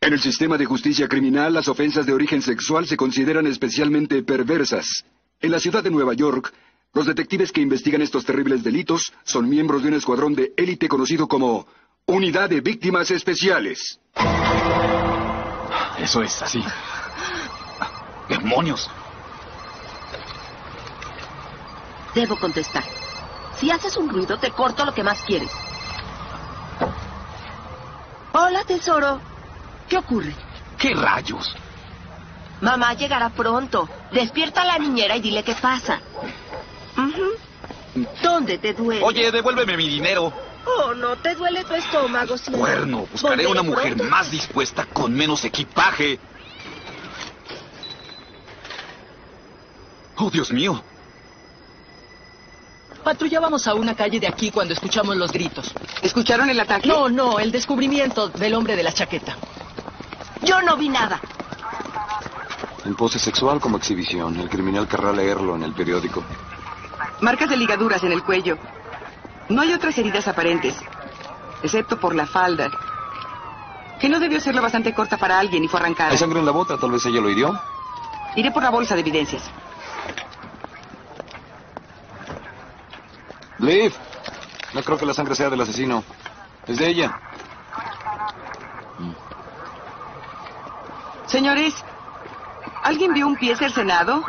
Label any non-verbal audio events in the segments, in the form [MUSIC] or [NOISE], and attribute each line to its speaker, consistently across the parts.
Speaker 1: En el sistema de justicia criminal, las ofensas de origen sexual se consideran especialmente perversas. En la ciudad de Nueva York, los detectives que investigan estos terribles delitos son miembros de un escuadrón de élite conocido como Unidad de Víctimas Especiales.
Speaker 2: Eso es así. ¡Demonios!
Speaker 3: Debo contestar. Si haces un ruido, te corto lo que más quieres. Hola, tesoro. ¿Qué ocurre?
Speaker 2: ¿Qué rayos?
Speaker 3: Mamá llegará pronto. Despierta a la niñera y dile qué pasa. Ujú. ¿Dónde te duele?
Speaker 2: Oye, devuélveme mi dinero.
Speaker 3: Oh, no, te duele tu estómago, sí.
Speaker 2: Cuerno, buscaré
Speaker 3: Volveré
Speaker 2: una mujer
Speaker 3: pronto.
Speaker 2: más dispuesta con menos equipaje. Oh, Dios mío.
Speaker 4: Patrullábamos a una calle de aquí cuando escuchamos los gritos.
Speaker 5: ¿Escucharon el ataque?
Speaker 4: No, no, el descubrimiento del hombre de la chaqueta.
Speaker 3: Yo no vi nada.
Speaker 6: En pose sexual como exhibición, el criminal querrá leerlo en el periódico.
Speaker 5: Marcas de ligaduras en el cuello. No hay otras heridas aparentes, excepto por la falda, que no debió serlo bastante corta para alguien y fue arrancada.
Speaker 6: Hay sangre en la bota, tal vez ella lo hirió.
Speaker 5: Iré por la bolsa de evidencias.
Speaker 6: Liv, no creo que la sangre sea del asesino. Es de ella.
Speaker 5: Señores, ¿alguien vio un pie cercenado?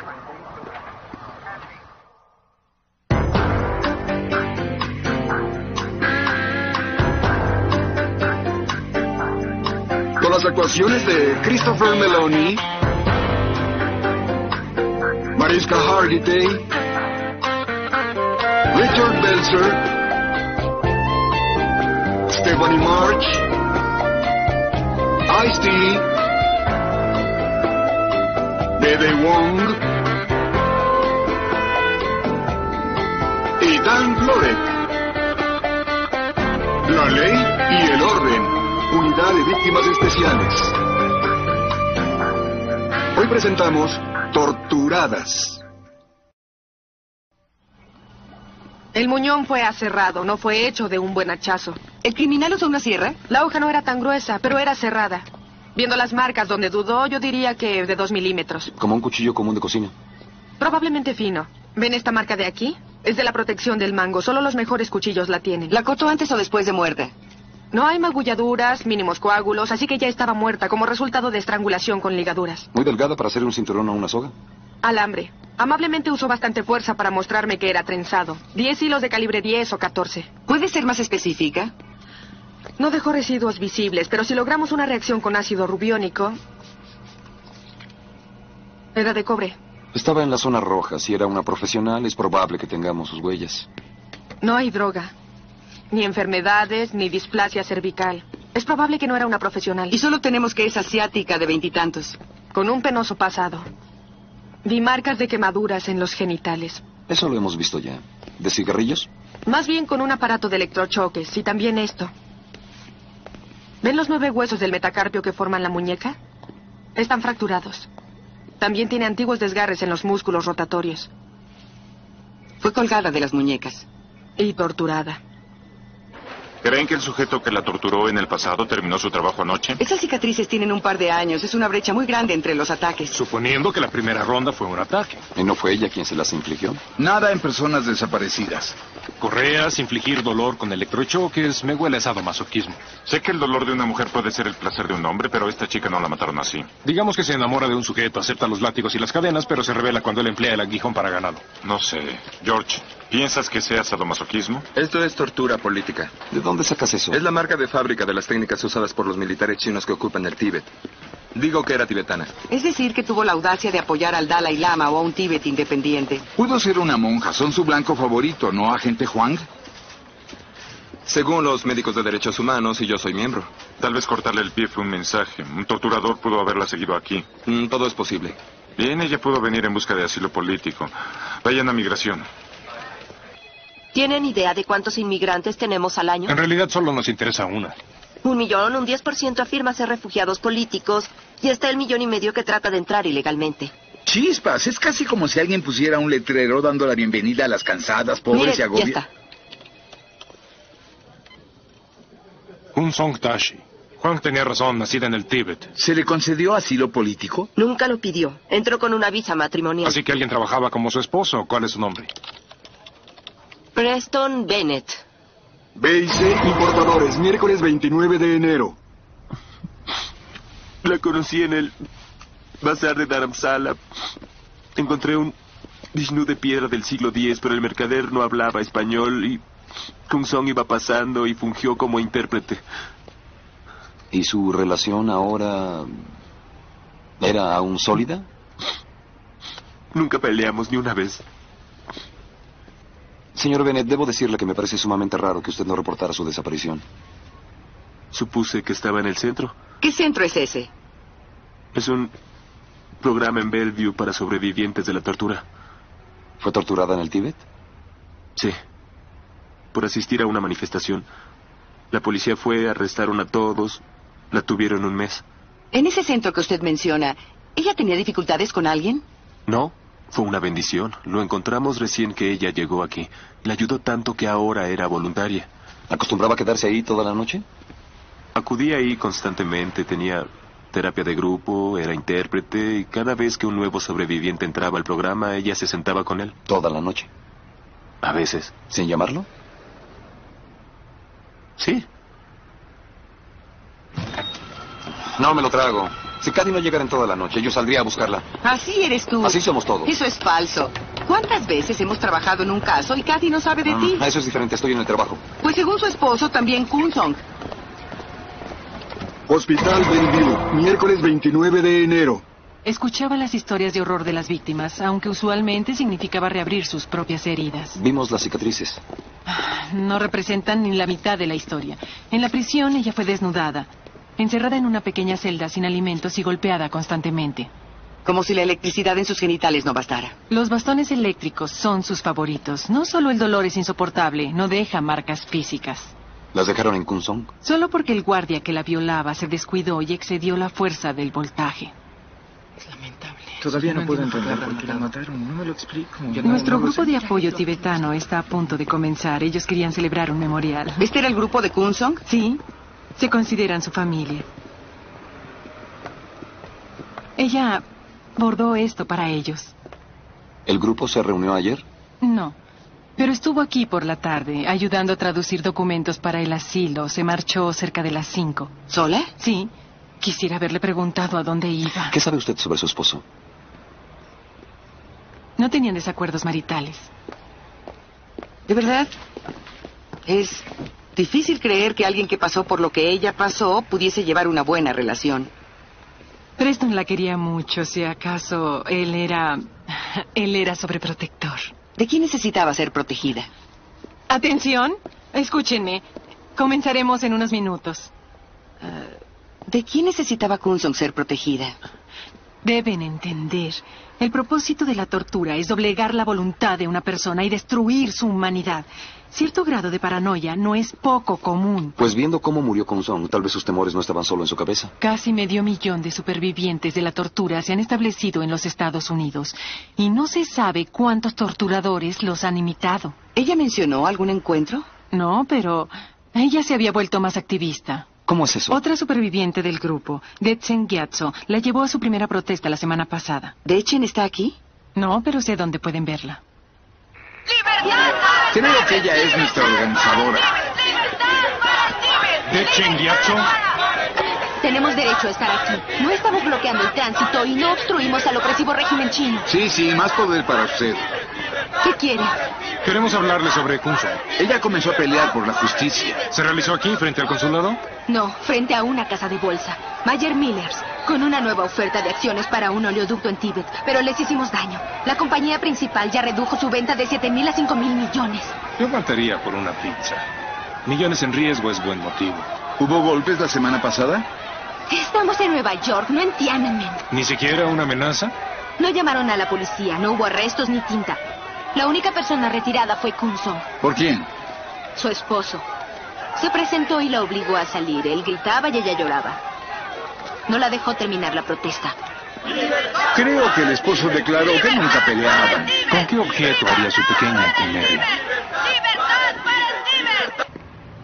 Speaker 1: Con las actuaciones de Christopher Meloni, Mariska Hargitay, Richard Belzer, Stephanie March, Ice-T, Dede Wong y Dan Floret. La ley y el orden. Unidad de Víctimas Especiales. Hoy presentamos Torturadas.
Speaker 7: El muñón fue aserrado, no fue hecho de un buen hachazo.
Speaker 5: ¿El criminal usó una sierra?
Speaker 7: La hoja no era tan gruesa, pero era cerrada. Viendo las marcas donde dudó, yo diría que de dos milímetros.
Speaker 6: Como un cuchillo común de cocina.
Speaker 7: Probablemente fino. ¿Ven esta marca de aquí? Es de la protección del mango, solo los mejores cuchillos la tienen.
Speaker 5: ¿La cortó antes o después de muerta?
Speaker 7: No hay magulladuras, mínimos coágulos, así que ya estaba muerta como resultado de estrangulación con ligaduras.
Speaker 6: Muy delgada para hacer un cinturón o una soga.
Speaker 7: Alambre. Amablemente usó bastante fuerza para mostrarme que era trenzado. Diez hilos de calibre 10 o 14.
Speaker 5: ¿Puede ser más específica?
Speaker 7: No dejó residuos visibles, pero si logramos una reacción con ácido rubiónico... Era de cobre.
Speaker 6: Estaba en la zona roja. Si era una profesional, es probable que tengamos sus huellas.
Speaker 7: No hay droga. Ni enfermedades, ni displasia cervical. Es probable que no era una profesional.
Speaker 5: Y solo tenemos que es asiática de veintitantos.
Speaker 7: Con un penoso pasado. Vi marcas de quemaduras en los genitales.
Speaker 6: Eso lo hemos visto ya. ¿De cigarrillos?
Speaker 7: Más bien con un aparato de electrochoques y también esto. ¿Ven los nueve huesos del metacarpio que forman la muñeca? Están fracturados. También tiene antiguos desgarres en los músculos rotatorios.
Speaker 5: Fue colgada de las muñecas.
Speaker 7: Y torturada.
Speaker 8: ¿Creen que el sujeto que la torturó en el pasado terminó su trabajo anoche?
Speaker 5: Esas cicatrices tienen un par de años. Es una brecha muy grande entre los ataques.
Speaker 9: Suponiendo que la primera ronda fue un ataque.
Speaker 6: ¿Y no fue ella quien se las infligió?
Speaker 9: Nada en personas desaparecidas. Correas, infligir dolor con electrochoques, me huele a sadomasoquismo.
Speaker 8: Sé que el dolor de una mujer puede ser el placer de un hombre, pero a esta chica no la mataron así.
Speaker 9: Digamos que se enamora de un sujeto, acepta los látigos y las cadenas, pero se revela cuando él emplea el aguijón para ganado.
Speaker 8: No sé. George, ¿piensas que sea sadomasoquismo?
Speaker 10: Esto es tortura política.
Speaker 6: ¿De dónde sacas eso?
Speaker 10: Es la marca de fábrica de las técnicas usadas por los militares chinos que ocupan el Tíbet. Digo que era tibetana.
Speaker 5: Es decir, que tuvo la audacia de apoyar al Dalai Lama o a un Tíbet independiente.
Speaker 9: Pudo ser una monja, son su blanco favorito, ¿no, agente Huang?
Speaker 10: Según los médicos de derechos humanos, y yo soy miembro.
Speaker 8: Tal vez cortarle el pie fue un mensaje. Un torturador pudo haberla seguido aquí.
Speaker 10: Mm, todo es posible.
Speaker 8: Bien, ella pudo venir en busca de asilo político. Vayan a migración.
Speaker 3: ¿Tienen idea de cuántos inmigrantes tenemos al año?
Speaker 9: En realidad solo nos interesa una.
Speaker 3: Un millón, un 10% afirma ser refugiados políticos y está el millón y medio que trata de entrar ilegalmente.
Speaker 9: Chispas, es casi como si alguien pusiera un letrero dando la bienvenida a las cansadas,
Speaker 5: Miren, ya está.
Speaker 9: Un song tashi.
Speaker 11: Juan tenía razón, nacida en el Tíbet.
Speaker 1: ¿Se le concedió asilo político?
Speaker 3: Nunca lo pidió. Entró con una visa matrimonial.
Speaker 11: Así que alguien trabajaba como su esposo. ¿Cuál es su nombre?
Speaker 3: Preston Bennett.
Speaker 12: BIC Importadores, miércoles 29 de enero.
Speaker 13: La conocí en el bazar de Dharamsala. Encontré un Vishnu de piedra del siglo X, pero el mercader no hablaba español y Kung Song iba pasando y fungió como intérprete.
Speaker 6: ¿Y su relación ahora era aún sólida?
Speaker 13: Nunca peleamos ni una vez.
Speaker 6: Señor Bennett, debo decirle que me parece sumamente raro que usted no reportara su desaparición.
Speaker 13: Supuse que estaba en el centro.
Speaker 7: ¿Qué centro es ese?
Speaker 13: Es un programa en Bellevue para sobrevivientes de la tortura.
Speaker 6: ¿Fue torturada en el Tíbet?
Speaker 13: Sí. Por asistir a una manifestación. La policía fue, arrestaron a todos, la tuvieron un mes.
Speaker 7: En ese centro que usted menciona, ¿ella tenía dificultades con alguien?
Speaker 13: No, fue una bendición. Lo encontramos recién que ella llegó aquí. Le ayudó tanto que ahora era voluntaria.
Speaker 6: ¿Acostumbraba a quedarse ahí toda la noche?
Speaker 13: Acudía ahí constantemente, tenía terapia de grupo, era intérprete y cada vez que un nuevo sobreviviente entraba al programa, ella se sentaba con él.
Speaker 6: Toda la noche.
Speaker 13: A veces.
Speaker 6: ¿Sin llamarlo?
Speaker 13: Sí.
Speaker 6: No me lo trago. Si Cady no llegara en toda la noche, yo saldría a buscarla.
Speaker 7: Así eres tú.
Speaker 6: Así somos todos.
Speaker 7: Eso es falso. ¿Cuántas veces hemos trabajado en un caso y Cady no sabe de
Speaker 6: Mm,
Speaker 7: ti?
Speaker 6: Eso es diferente, estoy en el trabajo.
Speaker 7: Pues según su esposo, también Kun Song.
Speaker 12: Hospital Bellevue, miércoles 29 de enero.
Speaker 4: Escuchaba las historias de horror de las víctimas, aunque usualmente significaba reabrir sus propias heridas.
Speaker 6: Vimos las cicatrices.
Speaker 4: No representan ni la mitad de la historia. En la prisión ella fue desnudada, encerrada en una pequeña celda sin alimentos y golpeada constantemente.
Speaker 7: Como si la electricidad en sus genitales no bastara.
Speaker 4: Los bastones eléctricos son sus favoritos. No solo el dolor es insoportable, no deja marcas físicas.
Speaker 6: Las dejaron en Kunsong.
Speaker 4: Solo porque el guardia que la violaba se descuidó y excedió la fuerza del voltaje.
Speaker 14: Todavía no, puedo entender por qué la mataron. No me lo explico.
Speaker 4: Nuestro grupo de apoyo tibetano está a punto de comenzar. Ellos querían celebrar un memorial.
Speaker 7: ¿Este era el grupo de Kunsong?
Speaker 4: Sí. Se consideran su familia. Ella bordó esto para ellos.
Speaker 6: ¿El grupo se reunió ayer?
Speaker 4: No. Pero estuvo aquí por la tarde, ayudando a traducir documentos para el asilo. Se marchó cerca de las cinco.
Speaker 7: ¿Sola?
Speaker 4: Sí. Quisiera haberle preguntado a dónde iba.
Speaker 6: ¿Qué sabe usted sobre su esposo?
Speaker 4: No tenían desacuerdos maritales.
Speaker 7: ¿De verdad? Es difícil creer que alguien que pasó por lo que ella pasó pudiese llevar una buena relación.
Speaker 4: Preston la quería mucho, si acaso él era... [LAUGHS] Él era sobreprotector.
Speaker 7: ¿De quién necesitaba ser protegida?
Speaker 4: Atención, escúchenme. Comenzaremos en unos minutos.
Speaker 7: Eh, ¿De quién necesitaba Kunsong ser protegida?
Speaker 4: Deben entender. El propósito de la tortura es doblegar la voluntad de una persona y destruir su humanidad. Cierto grado de paranoia no es poco común.
Speaker 6: Pues viendo cómo murió Kunsong, tal vez sus temores no estaban solo en su cabeza.
Speaker 4: Casi medio millón de supervivientes de la tortura se han establecido en los Estados Unidos y no se sabe cuántos torturadores los han imitado.
Speaker 7: ¿Ella mencionó algún encuentro?
Speaker 4: No, pero ella se había vuelto más activista.
Speaker 6: ¿Cómo es eso?
Speaker 4: Otra superviviente del grupo, Detsen Gyatso, la llevó a su primera protesta la semana pasada.
Speaker 7: ¿Dechen está aquí?
Speaker 4: No, pero sé dónde pueden verla.
Speaker 1: Creo que ella es nuestra organizadora.
Speaker 11: ¿De Chengyatso?
Speaker 15: Tenemos derecho a estar aquí. No estamos bloqueando el tránsito y no obstruimos al opresivo régimen chino.
Speaker 1: Sí, sí, más poder para usted.
Speaker 15: ¿Qué quiere?
Speaker 11: Queremos hablarle sobre Kunsong.
Speaker 1: Ella comenzó a pelear por la justicia.
Speaker 11: ¿Se realizó aquí, frente al consulado?
Speaker 15: No, frente a una casa de bolsa. Mayer Millers, con una nueva oferta de acciones para un oleoducto en Tíbet, pero les hicimos daño. La compañía principal ya redujo su venta de 7 mil a 5 mil millones.
Speaker 11: Yo aguantaría por una pizza. Millones en riesgo es buen motivo.
Speaker 1: ¿Hubo golpes la semana pasada?
Speaker 15: Estamos en Nueva York, no en Tiananmen.
Speaker 11: ¿Ni siquiera una amenaza?
Speaker 15: No llamaron a la policía, no hubo arrestos ni tinta. La única persona retirada fue Kun Song,
Speaker 1: ¿Por quién?
Speaker 15: su esposo. Se presentó y la obligó a salir. Él gritaba y ella lloraba. No la dejó terminar la protesta.
Speaker 1: Creo que el esposo declaró que nunca peleaban.
Speaker 11: ¿Con qué objeto haría su pequeña comedia?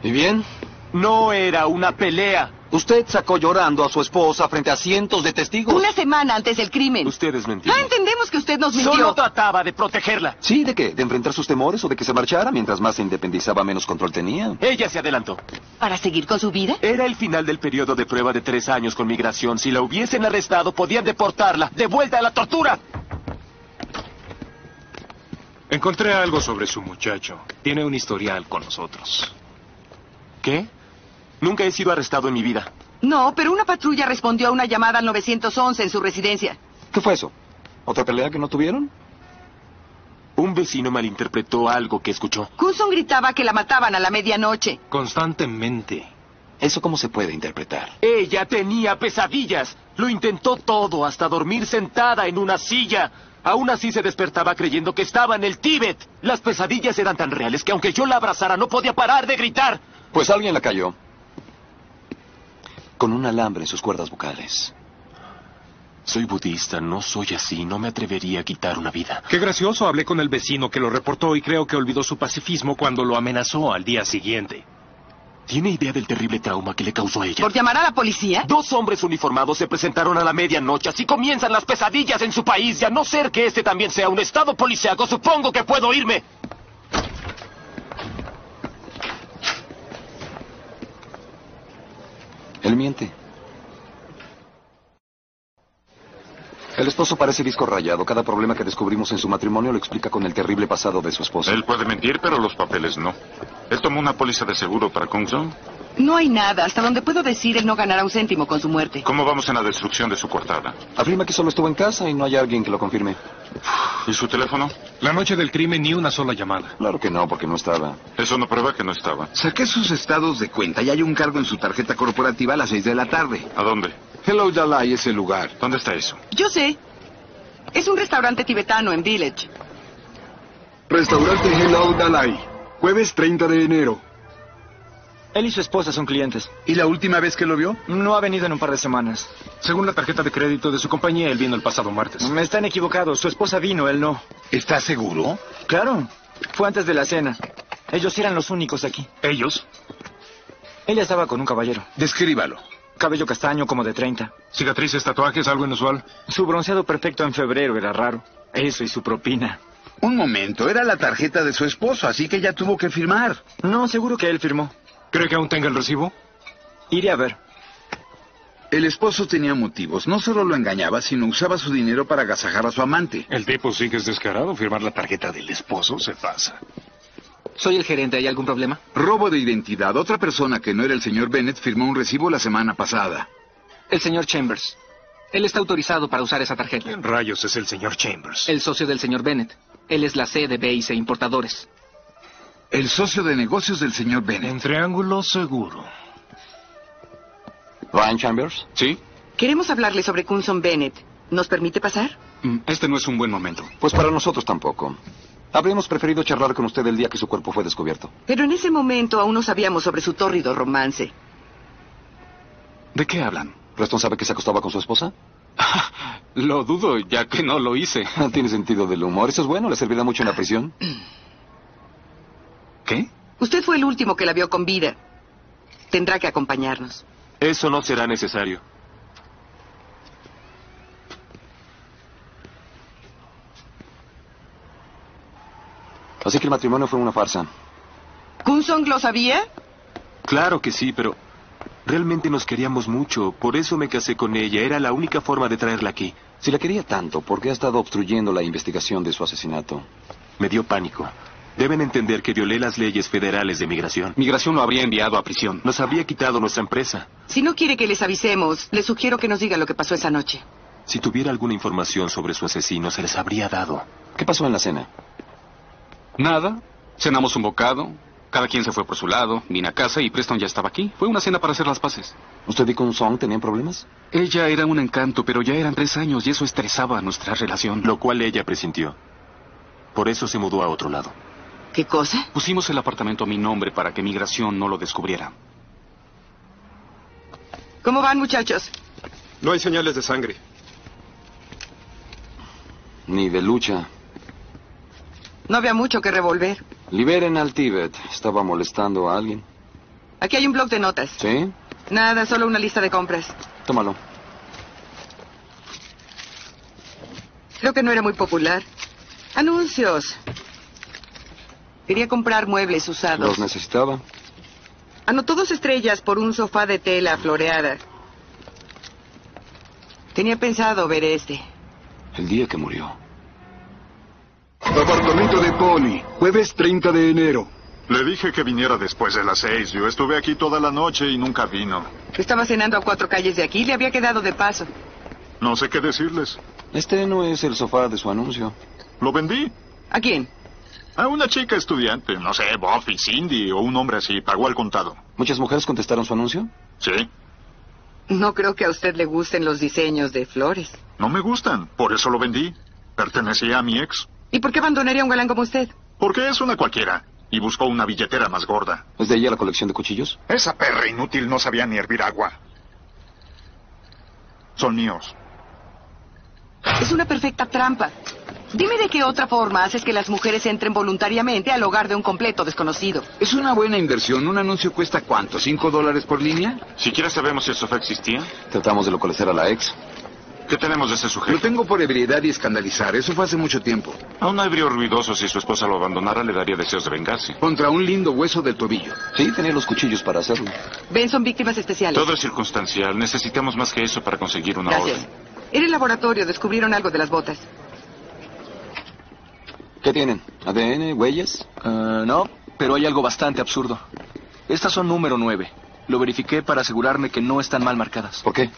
Speaker 6: ¿Y bien?
Speaker 13: No era una pelea.
Speaker 6: Usted sacó llorando a su esposa frente a cientos de testigos.
Speaker 7: Una semana antes del crimen.
Speaker 6: Ustedes mentían.
Speaker 7: No entendemos que usted nos mintió.
Speaker 13: pues, Solo trataba de protegerla.
Speaker 6: ¿Sí? ¿De qué? ¿De enfrentar sus temores o de que se marchara? Mientras más se independizaba, menos control tenía.
Speaker 13: Ella se adelantó.
Speaker 7: ¿Para seguir con su vida?
Speaker 13: Era el final del periodo de prueba de tres años con migración. Si la hubiesen arrestado, podían deportarla. ¡De vuelta a la tortura!
Speaker 16: Encontré algo sobre su muchacho. Tiene un historial con nosotros.
Speaker 13: ¿Qué? Nunca he sido arrestado en mi vida.
Speaker 7: No, pero una patrulla respondió a una llamada al 911 en su residencia.
Speaker 6: ¿Qué fue eso? ¿Otra pelea que no tuvieron?
Speaker 13: Un vecino malinterpretó algo que escuchó.
Speaker 7: Coulson gritaba que la mataban a la medianoche.
Speaker 16: Constantemente.
Speaker 6: ¿Eso cómo se puede interpretar?
Speaker 13: Ella tenía pesadillas. Lo intentó todo hasta dormir sentada en una silla. Aún así se despertaba creyendo que estaba en el Tíbet. Las pesadillas eran tan reales que aunque yo la abrazara no podía parar de gritar.
Speaker 6: Pues alguien la cayó. Con un alambre en sus cuerdas vocales.
Speaker 13: Soy budista, no soy así, no me atrevería a quitar una vida.
Speaker 16: Qué gracioso, hablé con el vecino que lo reportó y creo que olvidó su pacifismo cuando lo amenazó al día siguiente.
Speaker 13: ¿Tiene idea del terrible trauma que le causó a ella?
Speaker 7: ¿Por llamar a la policía?
Speaker 13: Dos hombres uniformados se presentaron a la medianoche. Así comienzan las pesadillas en su país. Y a no ser que este también sea un estado policiaco, supongo que puedo irme.
Speaker 6: Él miente. El esposo parece disco rayado. Cada problema que descubrimos en su matrimonio lo explica con el terrible pasado de su esposa.
Speaker 8: Él puede mentir, pero los papeles no. Él tomó una póliza de seguro para Kung Song.
Speaker 7: No hay nada. Hasta donde puedo decir, él no ganará un céntimo con su muerte.
Speaker 8: ¿Cómo vamos en la destrucción de su coartada?
Speaker 6: Afirma que solo estuvo en casa y no hay alguien que lo confirme.
Speaker 8: ¿Y su teléfono?
Speaker 16: La noche del crimen ni una sola llamada.
Speaker 6: Claro que no, porque no estaba.
Speaker 8: Eso no prueba que no estaba.
Speaker 1: Saqué sus estados de cuenta y hay un cargo en su tarjeta corporativa a las 6 de la tarde.
Speaker 8: ¿A dónde?
Speaker 1: Hello Dalai es el lugar.
Speaker 8: ¿Dónde está eso?
Speaker 7: Yo sé. Es un restaurante tibetano en Village.
Speaker 17: Restaurante Hello Dalai. Jueves 30 de enero.
Speaker 14: Él y su esposa son clientes.
Speaker 1: ¿Y la última vez que lo vio?
Speaker 14: No ha venido en un par de semanas. Mm.
Speaker 16: Según la tarjeta de crédito de su compañía, él vino el pasado martes.
Speaker 14: Me están equivocados. Su esposa vino, él no.
Speaker 1: ¿Estás seguro?
Speaker 14: Claro. Fue antes de la cena. Ellos eran los únicos aquí.
Speaker 16: ¿Ellos?
Speaker 14: Ella estaba con un caballero.
Speaker 1: Descríbalo.
Speaker 14: Cabello castaño como de 30.
Speaker 16: ¿Cicatrices, tatuajes, algo inusual?
Speaker 14: Su bronceado perfecto en febrero era raro. Eso y su propina.
Speaker 1: Un momento, era la tarjeta de su esposo, así que ella tuvo que firmar.
Speaker 14: No, seguro que él firmó.
Speaker 16: ¿Cree que aún tenga el recibo?
Speaker 14: Iré a ver.
Speaker 1: El esposo tenía motivos. No solo lo engañaba, sino usaba su dinero para agasajar a su amante.
Speaker 16: El tipo sí que es descarado. Firmar la tarjeta del esposo se pasa.
Speaker 14: Soy el gerente. ¿Hay algún problema?
Speaker 1: Robo de identidad. Otra persona que no era el señor Bennett firmó un recibo la semana pasada.
Speaker 14: El señor Chambers. Él está autorizado para usar esa tarjeta.
Speaker 16: ¿Quién rayos es el señor Chambers?
Speaker 14: El socio del señor Bennett. Él es la C de BIC Importadores.
Speaker 1: El socio de negocios del señor Bennett.
Speaker 16: En triángulo seguro.
Speaker 6: Ryan Chambers.
Speaker 16: ¿Sí?
Speaker 7: Queremos hablarle sobre Cunson Bennett. ¿Nos permite pasar?
Speaker 16: Este no es un buen momento.
Speaker 6: Pues para nosotros tampoco. Habríamos preferido charlar con usted el día que su cuerpo fue descubierto.
Speaker 7: Pero en ese momento aún no sabíamos sobre su tórrido romance.
Speaker 16: ¿De qué hablan?
Speaker 6: ¿Preston sabe que se acostaba con su esposa?
Speaker 16: [LAUGHS] lo dudo, ya que no lo hice.
Speaker 6: [LAUGHS] Tiene sentido del humor. Eso es bueno, le servirá mucho en la prisión.
Speaker 16: ¿Qué?
Speaker 7: Usted fue el último que la vio con vida. Tendrá que acompañarnos.
Speaker 13: Eso no será necesario.
Speaker 6: Así que el matrimonio fue una farsa.
Speaker 7: ¿Kunsong lo sabía?
Speaker 13: Claro que sí, pero realmente nos queríamos mucho. Por eso me casé con ella. Era la única forma de traerla aquí.
Speaker 6: Si la quería tanto, ¿por qué ha estado obstruyendo la investigación de su asesinato?
Speaker 13: Me dio pánico. Deben entender que violé las leyes federales de migración.
Speaker 16: Migración lo habría enviado a prisión.
Speaker 13: Nos habría quitado nuestra empresa.
Speaker 7: Si no quiere que les avisemos, le sugiero que nos diga lo que pasó esa noche.
Speaker 13: Si tuviera alguna información sobre su asesino, se les habría dado.
Speaker 6: ¿Qué pasó en la cena?
Speaker 16: Nada. Cenamos un bocado. Cada quien se fue por su lado. Vine a casa y Preston ya estaba aquí. Fue una cena para hacer las paces.
Speaker 6: ¿Usted y con Song tenían problemas?
Speaker 16: Ella era un encanto, pero ya eran tres años y eso estresaba nuestra relación.
Speaker 13: Lo cual ella presintió. Por eso se mudó a otro lado.
Speaker 7: ¿Qué cosa?
Speaker 16: Pusimos el apartamento a mi nombre para que Migración no lo descubriera.
Speaker 7: ¿Cómo van, muchachos?
Speaker 2: No hay señales de sangre.
Speaker 6: Ni de lucha.
Speaker 7: No había mucho que revolver.
Speaker 6: Liberen al Tíbet. Estaba molestando a alguien.
Speaker 7: Aquí hay un blog de notas.
Speaker 6: ¿Sí?
Speaker 7: Nada, solo una lista de compras.
Speaker 6: Tómalo.
Speaker 7: Creo que no era muy popular. Anuncios. Quería comprar muebles usados.
Speaker 6: Los necesitaba.
Speaker 7: Anotó dos estrellas por un sofá de tela floreada. Tenía pensado ver este.
Speaker 6: El día que murió.
Speaker 17: Apartamento de Pony, jueves 30 de enero.
Speaker 8: Le dije que viniera después de las seis. Yo estuve aquí toda la noche y nunca vino.
Speaker 7: Estaba cenando a cuatro calles de aquí. Le había quedado de paso.
Speaker 8: No sé qué decirles.
Speaker 6: Este no es el sofá de su anuncio.
Speaker 8: ¿Lo vendí?
Speaker 7: ¿A quién?
Speaker 8: A una chica estudiante, no sé, Buffy, Cindy o un hombre así, pagó al contado.
Speaker 6: ¿Muchas mujeres contestaron su anuncio?
Speaker 8: Sí,
Speaker 7: No creo que a usted le gusten los diseños de flores.
Speaker 8: no me gustan, por eso lo vendí. Pertenecía a mi ex,
Speaker 7: ¿Y por qué abandonaría a un galán como usted?
Speaker 8: porque es una cualquiera, y buscó una billetera más gorda.
Speaker 6: ¿Es de ella la colección de cuchillos?
Speaker 8: Esa perra inútil no sabía ni hervir agua. Son míos.
Speaker 7: Es una perfecta trampa. Dime de qué otra forma haces que las mujeres entren voluntariamente al hogar de un completo desconocido.
Speaker 1: Es una buena inversión. ¿Un anuncio cuesta cuánto? ¿Cinco dólares por línea?
Speaker 8: Siquiera sabemos si el sofá existía.
Speaker 6: Tratamos de localizar a la ex.
Speaker 8: ¿Qué tenemos de ese
Speaker 1: Lo
Speaker 8: sujeto?
Speaker 1: tengo por ebriedad y escandalizar. Eso fue hace mucho tiempo.
Speaker 8: A un ebrio ruidoso, si su esposa lo abandonara, le daría deseos de vengarse.
Speaker 1: Contra un lindo hueso del tobillo.
Speaker 6: Sí, tenía los cuchillos para hacerlo.
Speaker 7: Ben, son víctimas especiales.
Speaker 8: Todo es circunstancial. Necesitamos más que eso para conseguir una
Speaker 7: Gracias.
Speaker 8: orden.
Speaker 7: En el laboratorio descubrieron algo de las botas.
Speaker 6: ¿Qué tienen? ¿ADN? ¿Huellas?
Speaker 18: Ah, no, pero hay algo bastante absurdo. Estas son número 9. Lo verifiqué para asegurarme que no están mal marcadas.
Speaker 6: ¿Por qué?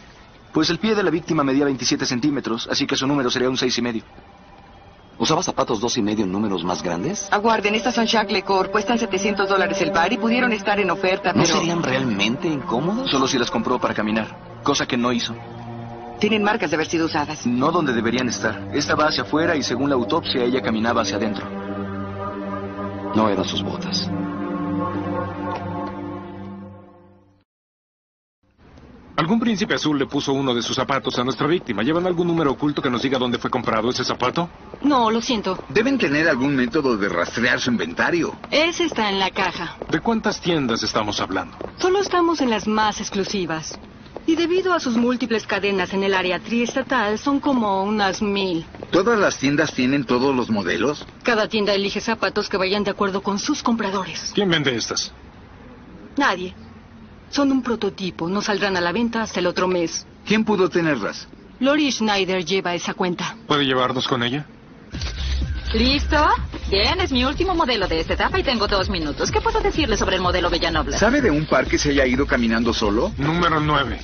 Speaker 18: Pues el pie de la víctima medía 27 centímetros, así que su número sería un seis y medio.
Speaker 6: ¿Usaba zapatos dos y medio en números más grandes?
Speaker 7: Aguarden, estas son Jacques Lecor, cuestan 700 dólares el par y pudieron estar en oferta,
Speaker 6: ¿No
Speaker 7: pero...
Speaker 6: serían realmente incómodos?
Speaker 18: Solo si las compró para caminar, cosa que no hizo.
Speaker 7: Tienen marcas de haber sido usadas.
Speaker 18: No donde deberían estar. Esta va hacia afuera y según la autopsia ella caminaba hacia adentro.
Speaker 6: No eran sus botas.
Speaker 2: Algún príncipe azul le puso uno de sus zapatos a nuestra víctima. ¿Llevan algún número oculto que nos diga dónde fue comprado ese zapato?
Speaker 19: No, lo siento.
Speaker 1: Deben tener algún método de rastrear su inventario.
Speaker 19: Ese está en la caja.
Speaker 2: ¿De cuántas tiendas estamos hablando?
Speaker 19: Solo estamos en las más exclusivas. Y debido a sus múltiples cadenas en el área triestatal, son como unas mil.
Speaker 1: ¿Todas las tiendas tienen todos los modelos?
Speaker 19: Cada tienda elige zapatos que vayan de acuerdo con sus compradores.
Speaker 2: ¿Quién vende estas?
Speaker 19: Nadie. Son un prototipo, no saldrán a la venta hasta el otro mes.
Speaker 1: ¿Quién pudo tenerlas?
Speaker 19: Lori Schneider lleva esa cuenta.
Speaker 2: ¿Puede llevarnos con ella?
Speaker 20: ¿Listo? Bien, es mi último modelo de esta etapa y tengo dos minutos. ¿Qué puedo decirle sobre el modelo Villanoble?
Speaker 1: ¿Sabe de un par que se haya ido caminando solo?
Speaker 2: Número 9.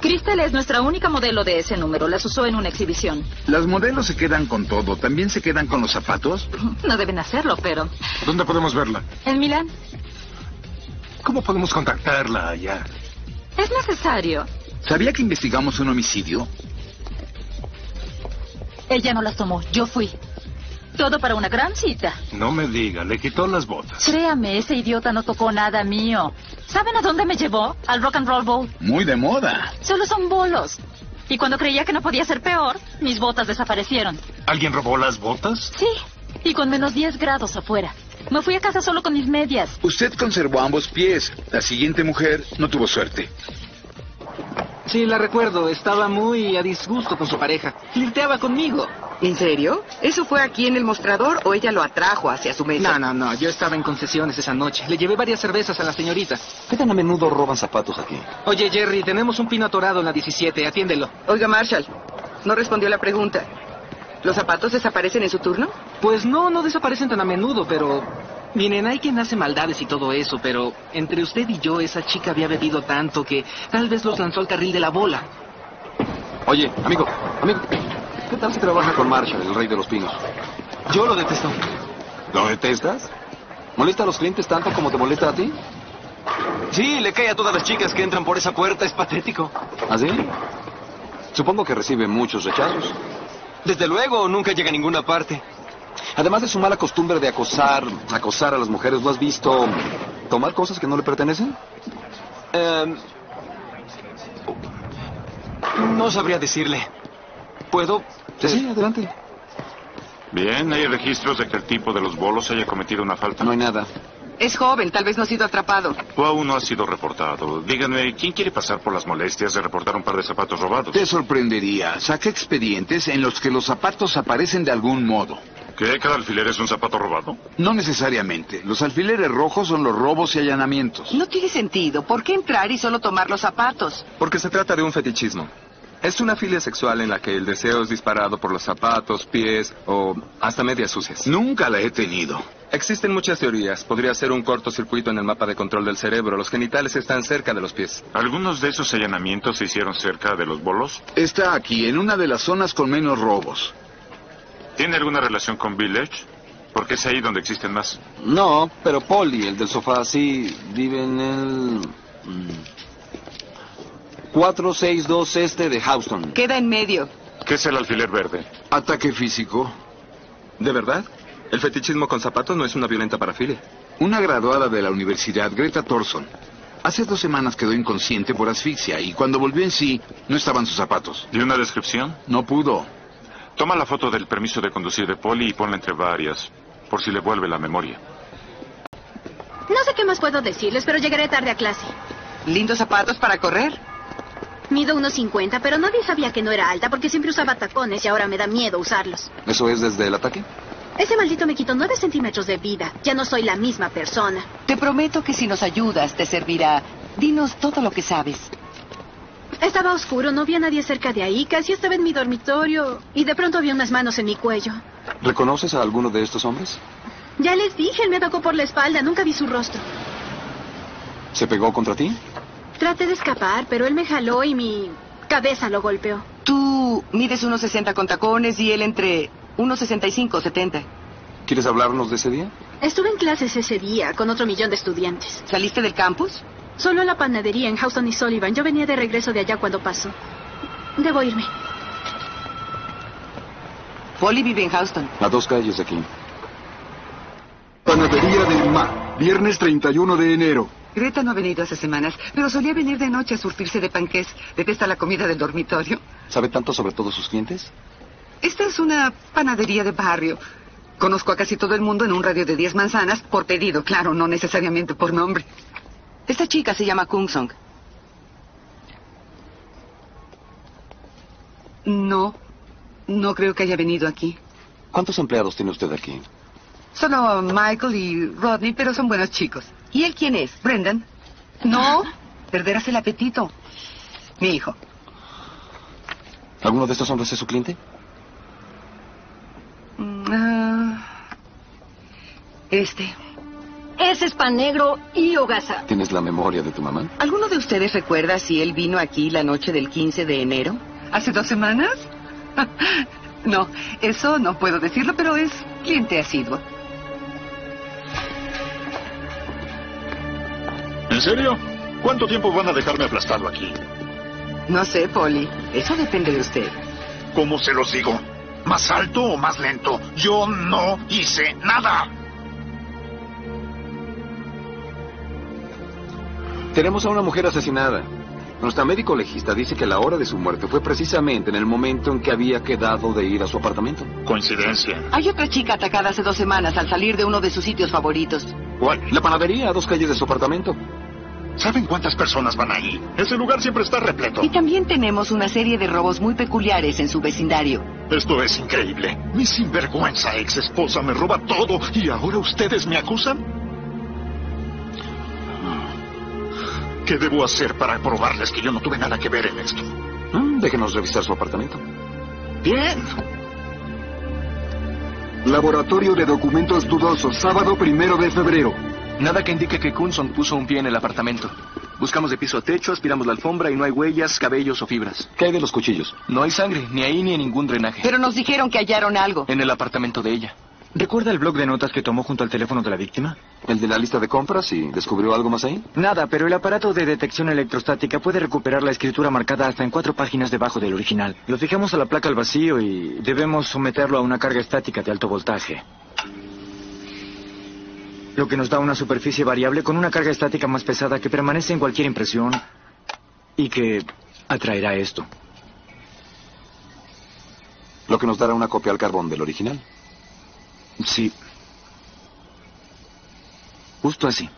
Speaker 20: Crystal es nuestra única modelo de ese número. Las usó en una exhibición.
Speaker 1: Las modelos se quedan con todo. ¿También se quedan con los zapatos?
Speaker 20: No deben hacerlo, pero...
Speaker 2: ¿Dónde podemos verla?
Speaker 20: En Milán.
Speaker 2: ¿Cómo podemos contactarla allá?
Speaker 20: Es necesario.
Speaker 1: ¿Sabía que investigamos un homicidio?
Speaker 20: Ella no las tomó. Yo fui. Todo para una gran cita.
Speaker 2: No me diga, le quitó las botas.
Speaker 20: Créame, ese idiota no tocó nada mío. ¿Saben a dónde me llevó? Al Rock and Roll Bowl.
Speaker 1: Muy de moda.
Speaker 20: Solo son bolos. Y cuando creía que no podía ser peor, mis botas desaparecieron.
Speaker 2: ¿Alguien robó las botas?
Speaker 20: Sí, y con menos 10 grados afuera. Me fui a casa solo con mis medias.
Speaker 1: Usted conservó ambos pies. La siguiente mujer no tuvo suerte.
Speaker 21: Sí, la recuerdo. Estaba muy a disgusto con su pareja. Flirteaba conmigo.
Speaker 7: ¿En serio? ¿Eso fue aquí en el mostrador o ella lo atrajo hacia su mesa?
Speaker 21: No, no, no. Yo estaba en concesiones esa noche. Le llevé varias cervezas a la señorita.
Speaker 6: ¿Qué tan a menudo roban zapatos aquí?
Speaker 21: Oye, Jerry, tenemos un pino atorado en la 17. Atiéndelo.
Speaker 7: Oiga, Marshall, no respondió la pregunta. ¿Los zapatos desaparecen en su turno?
Speaker 21: Pues no, no desaparecen tan a menudo, pero... Miren, hay quien hace maldades y todo eso, pero entre usted y yo esa chica había bebido tanto que tal vez los lanzó al carril de la bola.
Speaker 6: Oye, amigo, amigo. ¿Qué tal si trabaja con Marshall, el rey de los pinos?
Speaker 18: Yo lo detesto.
Speaker 6: ¿Lo detestas? ¿Molesta a los clientes tanto como te molesta a ti?
Speaker 18: Sí, le cae a todas las chicas que entran por esa puerta. Es patético.
Speaker 6: ¿Así? ¿Ah, Supongo que recibe muchos rechazos.
Speaker 18: Desde luego, nunca llega a ninguna parte.
Speaker 6: Además de su mala costumbre de acosar, acosar a las mujeres, ¿lo has visto tomar cosas que no le pertenecen?
Speaker 18: Em, no sabría decirle. ¿Puedo?
Speaker 6: Sí, sí, adelante.
Speaker 8: Bien, ¿hay registros de que el tipo de los bolos haya cometido una falta?
Speaker 6: No hay nada.
Speaker 7: Es joven, tal vez no ha sido atrapado.
Speaker 8: O aún no ha sido reportado. Díganme, ¿quién quiere pasar por las molestias de reportar un par de zapatos robados?
Speaker 1: Te sorprendería. Saca expedientes en los que los zapatos aparecen de algún modo.
Speaker 8: ¿Qué? ¿Cada alfiler es un zapato robado?
Speaker 1: No necesariamente. Los alfileres rojos son los robos y allanamientos.
Speaker 7: No tiene sentido. ¿Por qué entrar y solo tomar los zapatos?
Speaker 10: Porque se trata de un fetichismo. Es una filia sexual en la que el deseo es disparado por los zapatos, pies o hasta medias sucias.
Speaker 1: Nunca la he tenido.
Speaker 10: Existen muchas teorías. Podría ser un cortocircuito en el mapa de control del cerebro. Los genitales están cerca de los pies.
Speaker 8: ¿Algunos de esos allanamientos se hicieron cerca de los bolos?
Speaker 1: Está aquí, en una de las zonas con menos robos.
Speaker 8: ¿Tiene alguna relación con Village? Porque es ahí donde existen más.
Speaker 6: No, pero Polly, el del sofá, sí, vive en el... mm, 462 este de Houston.
Speaker 7: Queda en medio.
Speaker 8: ¿Qué es el alfiler verde?
Speaker 1: Ataque físico.
Speaker 10: ¿De verdad? El fetichismo con zapatos no es una violenta parafilia.
Speaker 1: Una graduada de la universidad, Greta Thorson. Hace dos semanas quedó inconsciente por asfixia y cuando volvió en sí, no estaban sus zapatos.
Speaker 8: ¿De una descripción?
Speaker 1: No pudo.
Speaker 8: Toma la foto del permiso de conducir de Polly y ponla entre varias, por si le vuelve la memoria.
Speaker 15: No sé qué más puedo decirles, pero llegaré tarde a clase.
Speaker 7: Lindos zapatos para correr.
Speaker 15: Mido unos 50, pero nadie sabía que no era alta porque siempre usaba tacones y ahora me da miedo usarlos.
Speaker 6: ¿Eso es desde el ataque?
Speaker 15: Ese maldito me quitó 9 centímetros de vida. Ya no soy la misma persona.
Speaker 22: Te prometo que si nos ayudas te servirá. Dinos todo lo que sabes.
Speaker 15: Estaba oscuro, no vi a nadie cerca de ahí. Casi estaba en mi dormitorio y de pronto vi unas manos en mi cuello.
Speaker 6: ¿Reconoces a alguno de estos hombres?
Speaker 15: Ya les dije, él me tocó por la espalda, nunca vi su rostro.
Speaker 6: ¿Se pegó contra ti?
Speaker 15: Traté de escapar, pero él me jaló y mi cabeza lo golpeó.
Speaker 7: Tú mides unos 60 con tacones y él entre unos 65 o 70.
Speaker 6: ¿Quieres hablarnos de ese día?
Speaker 15: Estuve en clases ese día con otro millón de estudiantes.
Speaker 7: ¿Saliste del campus?
Speaker 15: Solo a la panadería en Houston y Sullivan. Yo venía de regreso de allá cuando pasó. Debo irme.
Speaker 7: Polly vive en Houston.
Speaker 6: A dos calles de aquí.
Speaker 17: Panadería del Mar, viernes 31 de enero.
Speaker 23: Greta no ha venido hace semanas, pero solía venir de noche a surtirse de panqués. Detesta la comida del dormitorio.
Speaker 6: ¿Sabe tanto sobre todos sus clientes?
Speaker 23: Esta es una panadería de barrio. Conozco a casi todo el mundo en un radio de 10 manzanas, por pedido, claro, no necesariamente por nombre.
Speaker 7: Esta chica se llama Kung Song.
Speaker 23: No, no creo que haya venido aquí.
Speaker 6: ¿Cuántos empleados tiene usted aquí?
Speaker 23: Solo oh, Michael y Rodney, pero son buenos chicos.
Speaker 7: ¿Y él quién es?
Speaker 23: Brendan. No, perderás el apetito. Mi hijo.
Speaker 6: ¿Alguno de estos hombres es su cliente?
Speaker 23: Mm, Ah, este.
Speaker 15: Ese es pan negro y hogaza.
Speaker 6: ¿Tienes la memoria de tu mamá?
Speaker 7: ¿Alguno de ustedes recuerda si él vino aquí la noche del 15 de enero?
Speaker 23: ¿Hace dos semanas? [LAUGHS] no, eso no puedo decirlo, pero es cliente asiduo.
Speaker 8: ¿En serio? ¿Cuánto tiempo van a dejarme aplastado aquí?
Speaker 7: No sé, Polly. Eso depende de usted.
Speaker 8: ¿Cómo se los digo? ¿Más alto o más lento? Yo no hice nada.
Speaker 6: Tenemos a una mujer asesinada. Nuestra médico legista dice que la hora de su muerte fue precisamente en el momento en que había quedado de ir a su apartamento.
Speaker 8: Coincidencia.
Speaker 7: Hay otra chica atacada hace dos semanas al salir de uno de sus sitios favoritos.
Speaker 6: ¿Cuál? La panadería a dos calles de su apartamento.
Speaker 8: ¿Saben cuántas personas van ahí? Ese lugar siempre está repleto.
Speaker 24: Y también tenemos una serie de robos muy peculiares en su vecindario.
Speaker 8: Esto es increíble. Mi sinvergüenza ex esposa me roba todo y ahora ustedes me acusan. ¿Qué debo hacer para probarles que yo no tuve nada que ver en esto?
Speaker 6: Mm, déjenos revisar su apartamento.
Speaker 8: Bien.
Speaker 17: Laboratorio de documentos dudosos, sábado primero de febrero.
Speaker 18: Nada que indique que Kunson puso un pie en el apartamento. Buscamos de piso a techo, aspiramos la alfombra y no hay huellas, cabellos o fibras.
Speaker 6: ¿Qué hay de los cuchillos?
Speaker 18: No hay sangre, ni ahí ni en ningún drenaje.
Speaker 7: Pero nos dijeron que hallaron algo.
Speaker 18: En el apartamento de ella.
Speaker 14: ¿Recuerda el blog de notas que tomó junto al teléfono de la víctima?
Speaker 6: ¿El de la lista de compras y descubrió algo más ahí?
Speaker 14: Nada, pero el aparato de detección electrostática puede recuperar la escritura marcada hasta en cuatro páginas debajo del original. Lo fijamos a la placa al vacío y debemos someterlo a una carga estática de alto voltaje. Lo que nos da una superficie variable con una carga estática más pesada que permanece en cualquier impresión y que atraerá esto.
Speaker 6: Lo que nos dará una copia al carbón del original.
Speaker 14: Sí. Justo así.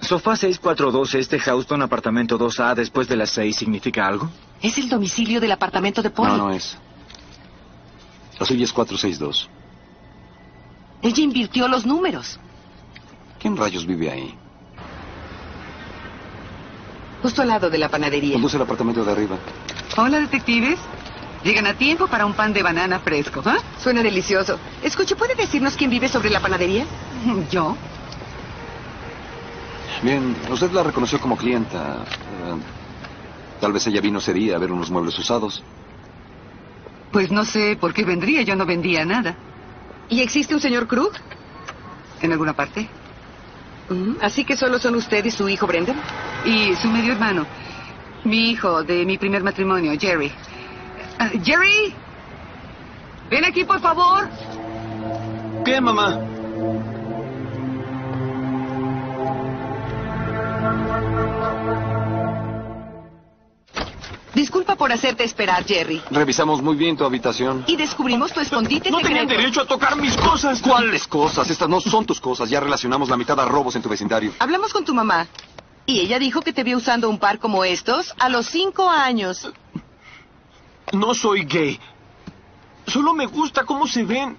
Speaker 14: Sofá 6412, este Houston, apartamento 2A, después de las 6, ¿significa algo?
Speaker 25: Es el domicilio del apartamento de Paul.
Speaker 26: No, no es. La suya es 462.
Speaker 25: Ella invirtió los números.
Speaker 26: ¿Quién rayos vive ahí?
Speaker 7: Justo al lado de la [LAUGHS] panadería.
Speaker 26: Conduce el apartamento de arriba.
Speaker 23: Hola, detectives. Llegan a tiempo para un pan de banana fresco, ¿ah?
Speaker 7: Suena delicioso. Escuche, ¿puede decirnos quién vive sobre la panadería?
Speaker 23: ¿Yo?
Speaker 26: Bien, usted la reconoció como clienta. Eh, tal vez ella vino sería a ver unos muebles usados.
Speaker 23: Pues no sé por qué vendría, yo no vendía nada.
Speaker 7: ¿Y existe un señor Krug?
Speaker 23: ¿En alguna parte?
Speaker 7: Mm, Así que solo son usted y su hijo Brendan.
Speaker 23: Y su medio hermano, mi hijo de mi primer matrimonio, Jerry. Ah, Jerry, ven aquí por favor.
Speaker 2: ¿Qué, mamá?
Speaker 7: Disculpa por hacerte esperar, Jerry.
Speaker 6: Revisamos muy bien tu habitación.
Speaker 7: Y descubrimos tu escondite
Speaker 2: No tenían
Speaker 7: secreto.
Speaker 2: derecho a tocar mis cosas.
Speaker 6: ¿Cuáles cosas? Estas no son tus cosas. Ya relacionamos la mitad a robos en tu vecindario.
Speaker 7: Hablamos con tu mamá. Y ella dijo que te vio usando un par como estos a los cinco años.
Speaker 2: No soy gay. Solo me gusta cómo se ven.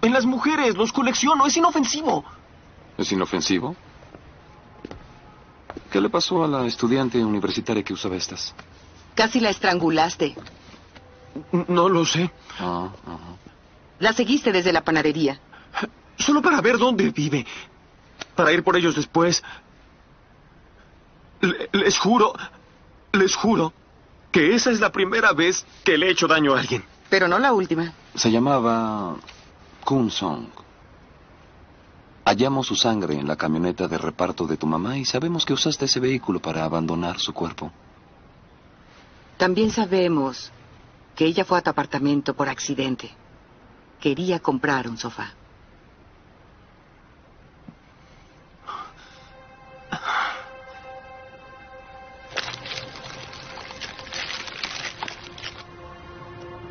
Speaker 2: En las mujeres, los colecciono, es inofensivo.
Speaker 6: ¿Es inofensivo? ¿Qué le pasó a la estudiante universitaria que usaba estas?
Speaker 7: Casi la estrangulaste.
Speaker 2: No lo sé.
Speaker 6: Ah, ah.
Speaker 7: La seguiste desde la panadería.
Speaker 2: Solo para ver dónde vive. Para ir por ellos después. Le- les juro, les juro que esa es la primera vez que le he hecho daño a alguien.
Speaker 7: Pero no la última.
Speaker 6: Se llamaba Kun Song. Hallamos su sangre en la camioneta de reparto de tu mamá y sabemos que usaste ese vehículo para abandonar su cuerpo.
Speaker 7: También sabemos que ella fue a tu apartamento por accidente. Quería comprar un sofá.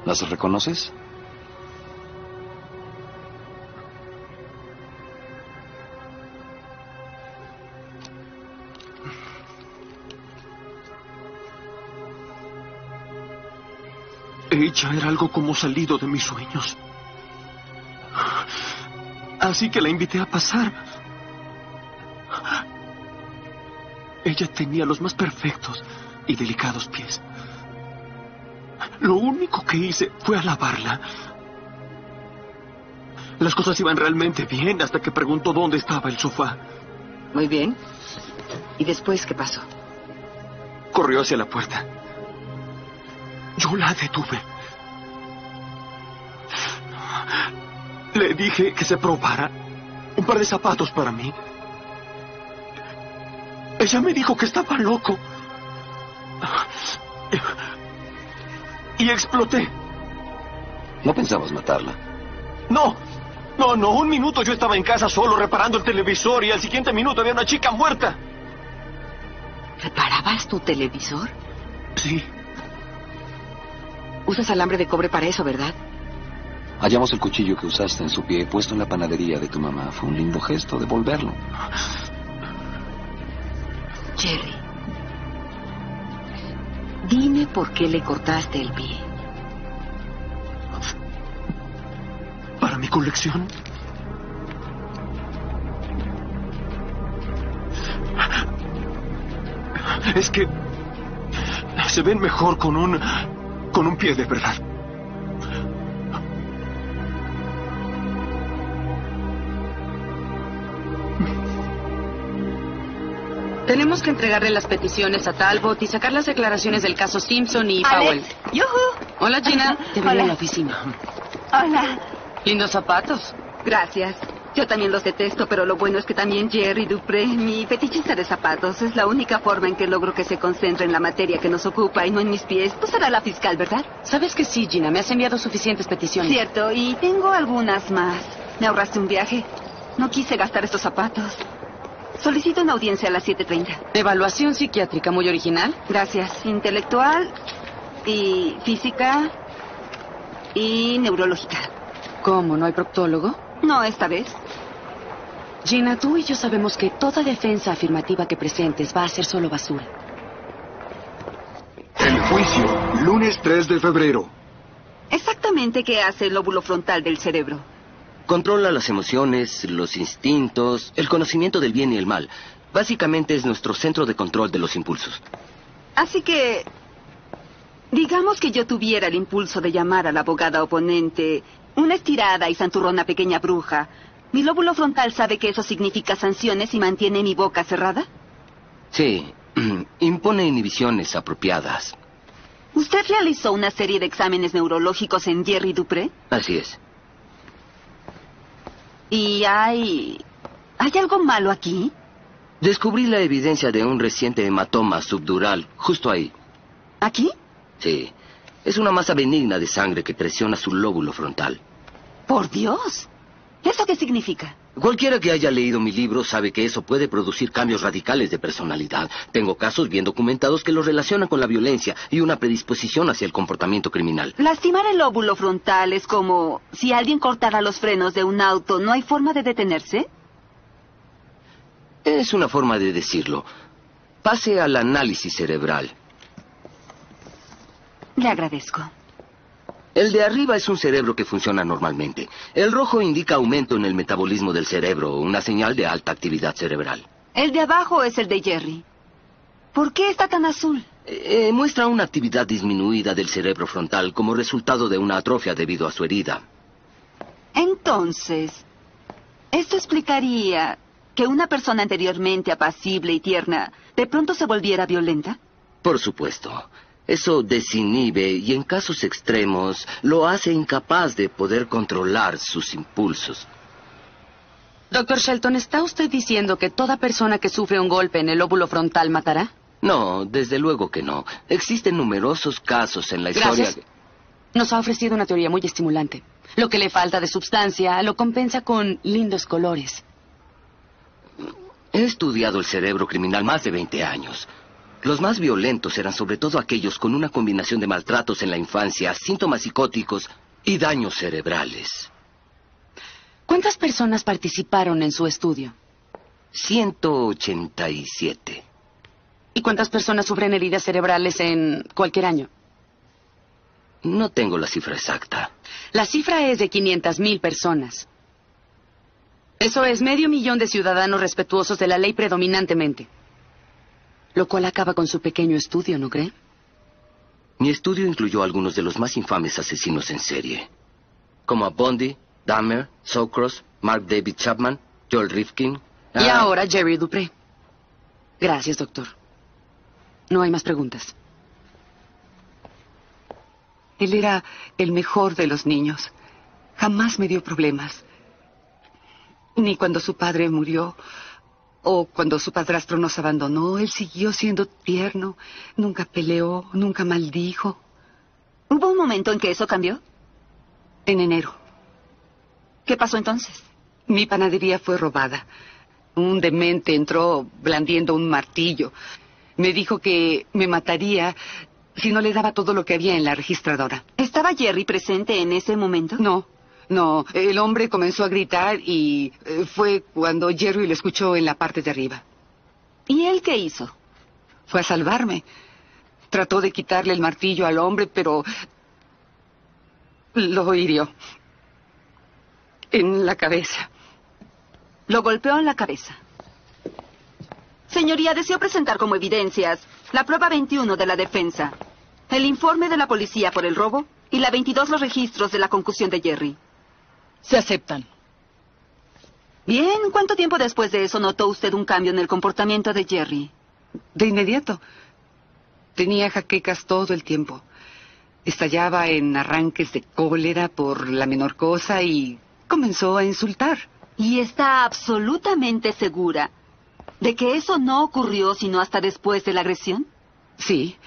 Speaker 6: ¿Las reconoces?
Speaker 2: Ella era algo como salido de mis sueños. Así que la invité a pasar. Ella tenía los más perfectos y delicados pies. Lo único que hice fue alabarla. Las cosas iban realmente bien hasta que preguntó dónde estaba el sofá.
Speaker 7: Muy bien. ¿Y después qué pasó?
Speaker 2: Corrió hacia la puerta. Yo la detuve. Le dije que se probara un par de zapatos para mí. Ella me dijo que estaba loco. Y exploté.
Speaker 6: No pensabas matarla.
Speaker 2: No, no, no. Un minuto yo estaba en casa solo reparando el televisor y al siguiente minuto había una chica muerta.
Speaker 7: ¿Reparabas tu televisor?
Speaker 2: Sí.
Speaker 7: Usas alambre de cobre para eso, ¿verdad?
Speaker 6: Hallamos el cuchillo que usaste en su pie puesto en la panadería de tu mamá. Fue un lindo gesto devolverlo.
Speaker 7: Jerry. Dime por qué le cortaste el pie.
Speaker 2: Para mi colección. Es que se ven mejor con un con un pie de verdad.
Speaker 16: Tenemos que entregarle las peticiones a Talbot y sacar las declaraciones del caso Simpson y Powell.
Speaker 3: Alex, yujú.
Speaker 16: Hola, Gina.
Speaker 3: Te veré en la
Speaker 16: oficina.
Speaker 3: Hola.
Speaker 16: Lindos zapatos.
Speaker 3: Gracias. Yo también los detesto, pero lo bueno es que también Jerry Dupré, mi fetichista de zapatos, es la única forma en que logro que se concentre en la materia que nos ocupa y no en mis pies. Tú serás la fiscal, ¿verdad?
Speaker 16: Sabes que sí, Gina. Me has enviado suficientes peticiones.
Speaker 3: Cierto, y tengo algunas más. Me ahorraste un viaje. No quise gastar estos zapatos. Solicito una audiencia a las 7.30.
Speaker 16: Evaluación psiquiátrica muy original.
Speaker 3: Gracias. Intelectual y física y neurológica.
Speaker 16: ¿Cómo? ¿No hay proctólogo?
Speaker 3: No, esta vez.
Speaker 16: Gina, tú y yo sabemos que toda defensa afirmativa que presentes va a ser solo basura.
Speaker 17: El juicio, lunes 3 de febrero.
Speaker 3: Exactamente qué hace el lóbulo frontal del cerebro.
Speaker 27: Controla las emociones, los instintos, el conocimiento del bien y el mal. Básicamente es nuestro centro de control de los impulsos.
Speaker 3: Así que, digamos que yo tuviera el impulso de llamar a la abogada oponente, una estirada y santurrona pequeña bruja. ¿Mi lóbulo frontal sabe que eso significa sanciones y mantiene mi boca cerrada?
Speaker 27: Sí, [CLEARS THROAT] impone inhibiciones apropiadas.
Speaker 3: ¿Usted realizó una serie de exámenes neurológicos en Jerry Dupré?
Speaker 27: Así es.
Speaker 3: ¿Y hay... ¿Hay algo malo aquí?
Speaker 27: Descubrí la evidencia de un reciente hematoma subdural justo ahí.
Speaker 3: ¿Aquí?
Speaker 27: Sí. Es una masa benigna de sangre que presiona su lóbulo frontal.
Speaker 3: Por Dios. ¿Eso qué significa?
Speaker 27: Cualquiera que haya leído mi libro sabe que eso puede producir cambios radicales de personalidad. Tengo casos bien documentados que los relacionan con la violencia y una predisposición hacia el comportamiento criminal.
Speaker 3: Lastimar el lóbulo frontal es como si alguien cortara los frenos de un auto. ¿No hay forma de detenerse?
Speaker 27: Es una forma de decirlo. Pase al análisis cerebral.
Speaker 3: Le agradezco.
Speaker 27: El de arriba es un cerebro que funciona normalmente. El rojo indica aumento en el metabolismo del cerebro, una señal de alta actividad cerebral.
Speaker 3: El de abajo es el de Jerry. ¿Por qué está tan azul?
Speaker 27: Eh, muestra una actividad disminuida del cerebro frontal como resultado de una atrofia debido a su herida.
Speaker 3: Entonces, esto explicaría que una persona anteriormente apacible y tierna de pronto se volviera violenta.
Speaker 27: Por supuesto. Eso desinhibe y en casos extremos lo hace incapaz de poder controlar sus impulsos.
Speaker 16: Doctor Shelton, ¿está usted diciendo que toda persona que sufre un golpe en el óvulo frontal matará?
Speaker 27: No, desde luego que no. Existen numerosos casos en la historia.
Speaker 16: Gracias. Nos ha ofrecido una teoría muy estimulante. Lo que le falta de sustancia lo compensa con lindos colores.
Speaker 27: He estudiado el cerebro criminal más de 20 años. Los más violentos eran sobre todo aquellos con una combinación de maltratos en la infancia, síntomas psicóticos y daños cerebrales.
Speaker 16: ¿Cuántas personas participaron en su estudio?
Speaker 27: 187.
Speaker 16: ¿Y cuántas personas sufren heridas cerebrales en cualquier año?
Speaker 27: No tengo la cifra exacta.
Speaker 16: La cifra es de 500.000 personas. Eso es medio millón de ciudadanos respetuosos de la ley predominantemente. Lo cual acaba con su pequeño estudio, ¿no cree?
Speaker 27: Mi estudio incluyó a algunos de los más infames asesinos en serie, como a Bondi, Dahmer, Socross, Mark David Chapman, Joel Rifkin.
Speaker 16: Y ah... ahora Jerry Dupré. Gracias, doctor. No hay más preguntas.
Speaker 23: Él era el mejor de los niños. Jamás me dio problemas. Ni cuando su padre murió. O cuando su padrastro nos abandonó, él siguió siendo tierno, nunca peleó, nunca maldijo.
Speaker 3: ¿Hubo un momento en que eso cambió?
Speaker 23: En enero.
Speaker 3: ¿Qué pasó entonces?
Speaker 23: Mi panadería fue robada. Un demente entró blandiendo un martillo. Me dijo que me mataría si no le daba todo lo que había en la registradora.
Speaker 3: ¿Estaba Jerry presente en ese momento?
Speaker 23: No. No, el hombre comenzó a gritar y eh, fue cuando Jerry lo escuchó en la parte de arriba.
Speaker 3: ¿Y él qué hizo?
Speaker 23: Fue a salvarme. Trató de quitarle el martillo al hombre, pero lo hirió. En la cabeza.
Speaker 3: Lo golpeó en la cabeza. Señoría, deseo presentar como evidencias la prueba 21 de la defensa, el informe de la policía por el robo y la 22 los registros de la concusión de Jerry.
Speaker 16: Se aceptan.
Speaker 3: Bien, ¿cuánto tiempo después de eso notó usted un cambio en el comportamiento de Jerry?
Speaker 23: De inmediato. Tenía jaquecas todo el tiempo. Estallaba en arranques de cólera por la menor cosa y comenzó a insultar.
Speaker 3: Y está absolutamente segura de que eso no ocurrió sino hasta después de la agresión.
Speaker 23: Sí.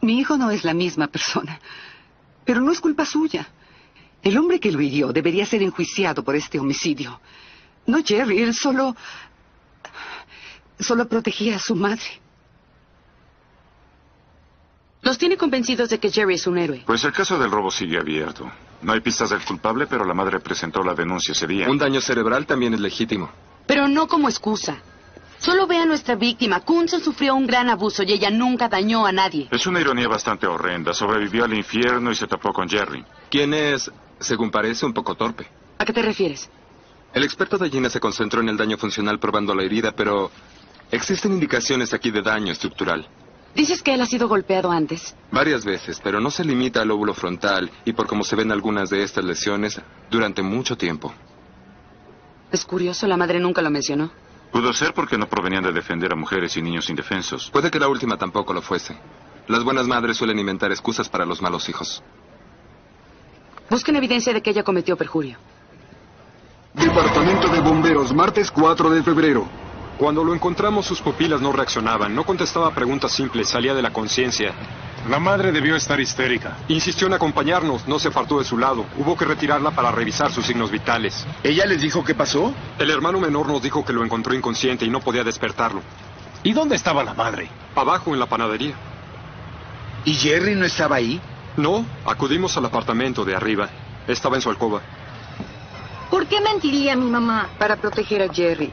Speaker 23: Mi hijo no es la misma persona, pero no es culpa suya. El hombre que lo hirió debería ser enjuiciado por este homicidio. No Jerry, él solo... solo protegía a su madre.
Speaker 16: Los tiene convencidos de que Jerry es un héroe.
Speaker 8: Pues el caso del robo sigue abierto. No hay pistas del culpable, pero la madre presentó la denuncia ese día.
Speaker 28: Un daño cerebral también es legítimo.
Speaker 16: Pero no como excusa. Solo ve a nuestra víctima. Kunson sufrió un gran abuso y ella nunca dañó a nadie.
Speaker 8: Es una ironía bastante horrenda. Sobrevivió al infierno y se tapó con Jerry.
Speaker 28: Quien es, según parece, un poco torpe.
Speaker 16: ¿A qué te refieres?
Speaker 28: El experto de Gina se concentró en el daño funcional probando la herida, pero existen indicaciones aquí de daño estructural.
Speaker 16: Dices que él ha sido golpeado antes.
Speaker 28: Varias veces, pero no se limita al óvulo frontal y por como se ven algunas de estas lesiones durante mucho tiempo.
Speaker 16: Es curioso, la madre nunca lo mencionó.
Speaker 8: Pudo ser porque no provenían de defender a mujeres y niños indefensos.
Speaker 28: Puede que la última tampoco lo fuese. Las buenas madres suelen inventar excusas para los malos hijos.
Speaker 16: Busquen evidencia de que ella cometió perjurio.
Speaker 29: Departamento de Bomberos, martes 4 de febrero.
Speaker 1: Cuando lo encontramos sus pupilas no reaccionaban, no contestaba preguntas simples, salía de la conciencia. La madre debió estar histérica. Insistió en acompañarnos, no se apartó de su lado. Hubo que retirarla para revisar sus signos vitales.
Speaker 2: ¿Ella les dijo qué pasó?
Speaker 1: El hermano menor nos dijo que lo encontró inconsciente y no podía despertarlo.
Speaker 2: ¿Y dónde estaba la madre?
Speaker 1: Abajo en la panadería.
Speaker 2: ¿Y Jerry no estaba ahí?
Speaker 1: No, acudimos al apartamento de arriba. Estaba en su alcoba.
Speaker 7: ¿Por qué mentiría mi mamá? Para proteger a Jerry.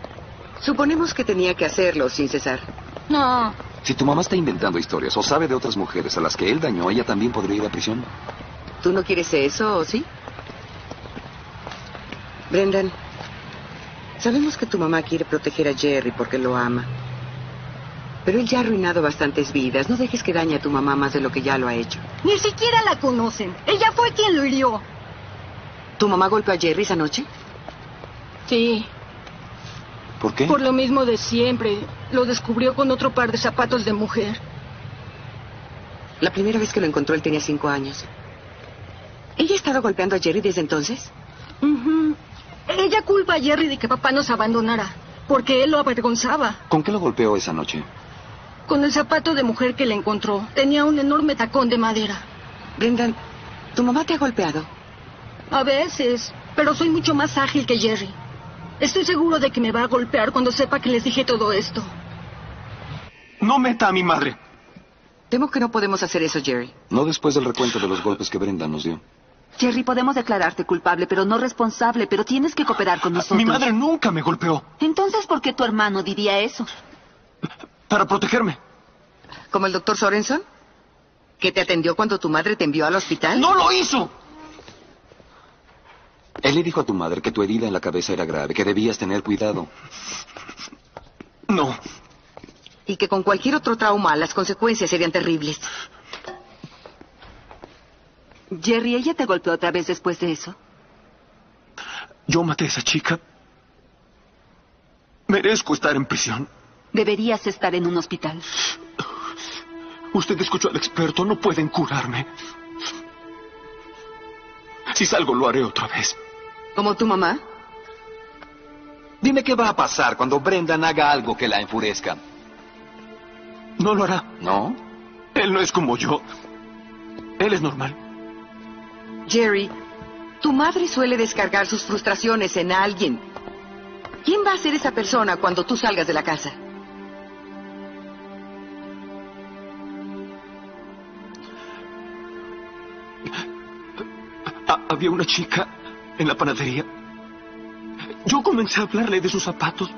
Speaker 7: Suponemos que tenía que hacerlo sin cesar.
Speaker 30: No.
Speaker 6: Si tu mamá está inventando historias o sabe de otras mujeres a las que él dañó, ella también podría ir a prisión.
Speaker 7: ¿Tú no quieres eso, o sí? Brendan, sabemos que tu mamá quiere proteger a Jerry porque lo ama. Pero él ya ha arruinado bastantes vidas. No dejes que dañe a tu mamá más de lo que ya lo ha hecho.
Speaker 30: Ni siquiera la conocen. Ella fue quien lo hirió.
Speaker 7: ¿Tu mamá golpeó a Jerry esa noche?
Speaker 19: Sí,
Speaker 6: ¿Por qué?
Speaker 19: Por lo mismo de siempre. Lo descubrió con otro par de zapatos de mujer.
Speaker 7: La primera vez que lo encontró él tenía cinco años. ¿Ella ha estado golpeando a Jerry desde entonces?
Speaker 19: Uh -huh. Ella culpa a Jerry de que papá nos abandonara, porque él lo avergonzaba.
Speaker 6: ¿Con qué lo golpeó esa noche?
Speaker 19: Con el zapato de mujer que le encontró. Tenía un enorme tacón de madera.
Speaker 7: Brendan, ¿tu mamá te ha golpeado?
Speaker 19: A veces, pero soy mucho más ágil que Jerry. Estoy seguro de que me va a golpear cuando sepa que les dije todo esto.
Speaker 2: No meta a mi madre.
Speaker 7: Temo que no podemos hacer eso, Jerry.
Speaker 6: No después del recuento de los golpes que Brenda nos dio.
Speaker 3: Jerry, podemos declararte culpable, pero no responsable, pero tienes que cooperar con nosotros.
Speaker 2: Mi madre nunca me golpeó.
Speaker 3: Entonces, ¿por qué tu hermano diría eso?
Speaker 2: Para protegerme.
Speaker 7: ¿Como el doctor Sorenson? ¿Que te atendió cuando tu madre te envió al hospital?
Speaker 2: ¡No lo hizo!
Speaker 6: Él le dijo a tu madre que tu herida en la cabeza era grave, que debías tener cuidado.
Speaker 2: No.
Speaker 7: Y que con cualquier otro trauma las consecuencias serían terribles.
Speaker 3: Jerry, ¿ella te golpeó otra vez después de eso?
Speaker 2: Yo maté a esa chica. Merezco estar en prisión.
Speaker 3: Deberías estar en un hospital.
Speaker 2: Usted escuchó al experto, no pueden curarme. Si salgo, lo haré otra vez.
Speaker 7: ¿Como tu mamá?
Speaker 6: Dime qué va a pasar cuando Brendan haga algo que la enfurezca.
Speaker 2: No lo hará.
Speaker 6: ¿No?
Speaker 2: Él no es como yo. Él es normal.
Speaker 7: Jerry, tu madre suele descargar sus frustraciones en alguien. ¿Quién va a ser esa persona cuando tú salgas de la casa?
Speaker 2: había una chica en la panadería. Yo comencé a hablarle de sus zapatos.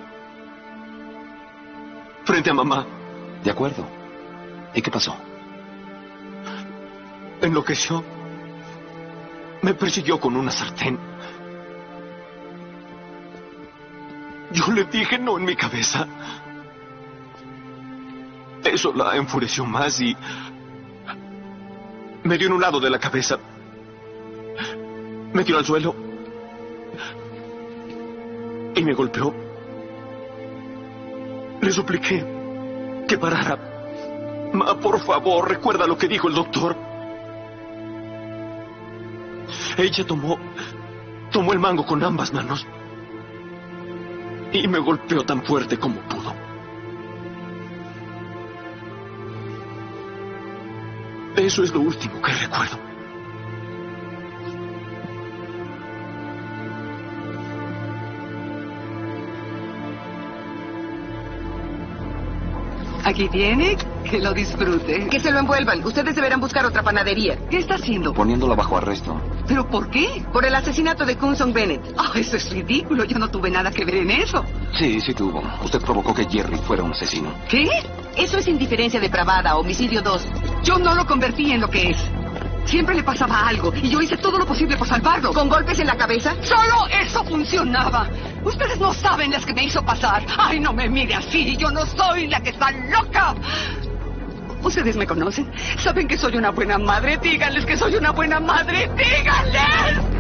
Speaker 2: Frente a mamá.
Speaker 6: De acuerdo. ¿Y qué pasó?
Speaker 2: Enloqueció. Me persiguió con una sartén. Yo le dije no en mi cabeza. Eso la enfureció más y... Me dio en un lado de la cabeza. Me tiró al suelo. Y me golpeó. Le supliqué que parara. Ma, por favor, recuerda lo que dijo el doctor. Ella tomó. tomó el mango con ambas manos. Y me golpeó tan fuerte como pudo. Eso es lo último que recuerdo.
Speaker 23: Aquí tiene, que lo disfrute.
Speaker 7: Que se lo envuelvan. Ustedes deberán buscar otra panadería.
Speaker 23: ¿Qué está haciendo?
Speaker 6: Poniéndola bajo arresto.
Speaker 23: ¿Pero por qué?
Speaker 7: Por el asesinato de Cunson Bennett.
Speaker 23: Ah, eso es ridículo. Yo no tuve nada que ver en eso.
Speaker 6: Sí, sí tuvo. Usted provocó que Jerry fuera un asesino.
Speaker 23: ¿Qué?
Speaker 7: Eso es indiferencia depravada, homicidio 2.
Speaker 23: Yo no lo convertí en lo que es. Siempre le pasaba algo y yo hice todo lo posible por salvarlo.
Speaker 7: ¿Con golpes en la cabeza?
Speaker 23: ¡Solo eso funcionaba! Ustedes no saben las que me hizo pasar. ¡Ay, no me mire así! ¡Yo no soy la que está loca! Ustedes me conocen. Saben que soy una buena madre. Díganles que soy una buena madre. ¡Díganles!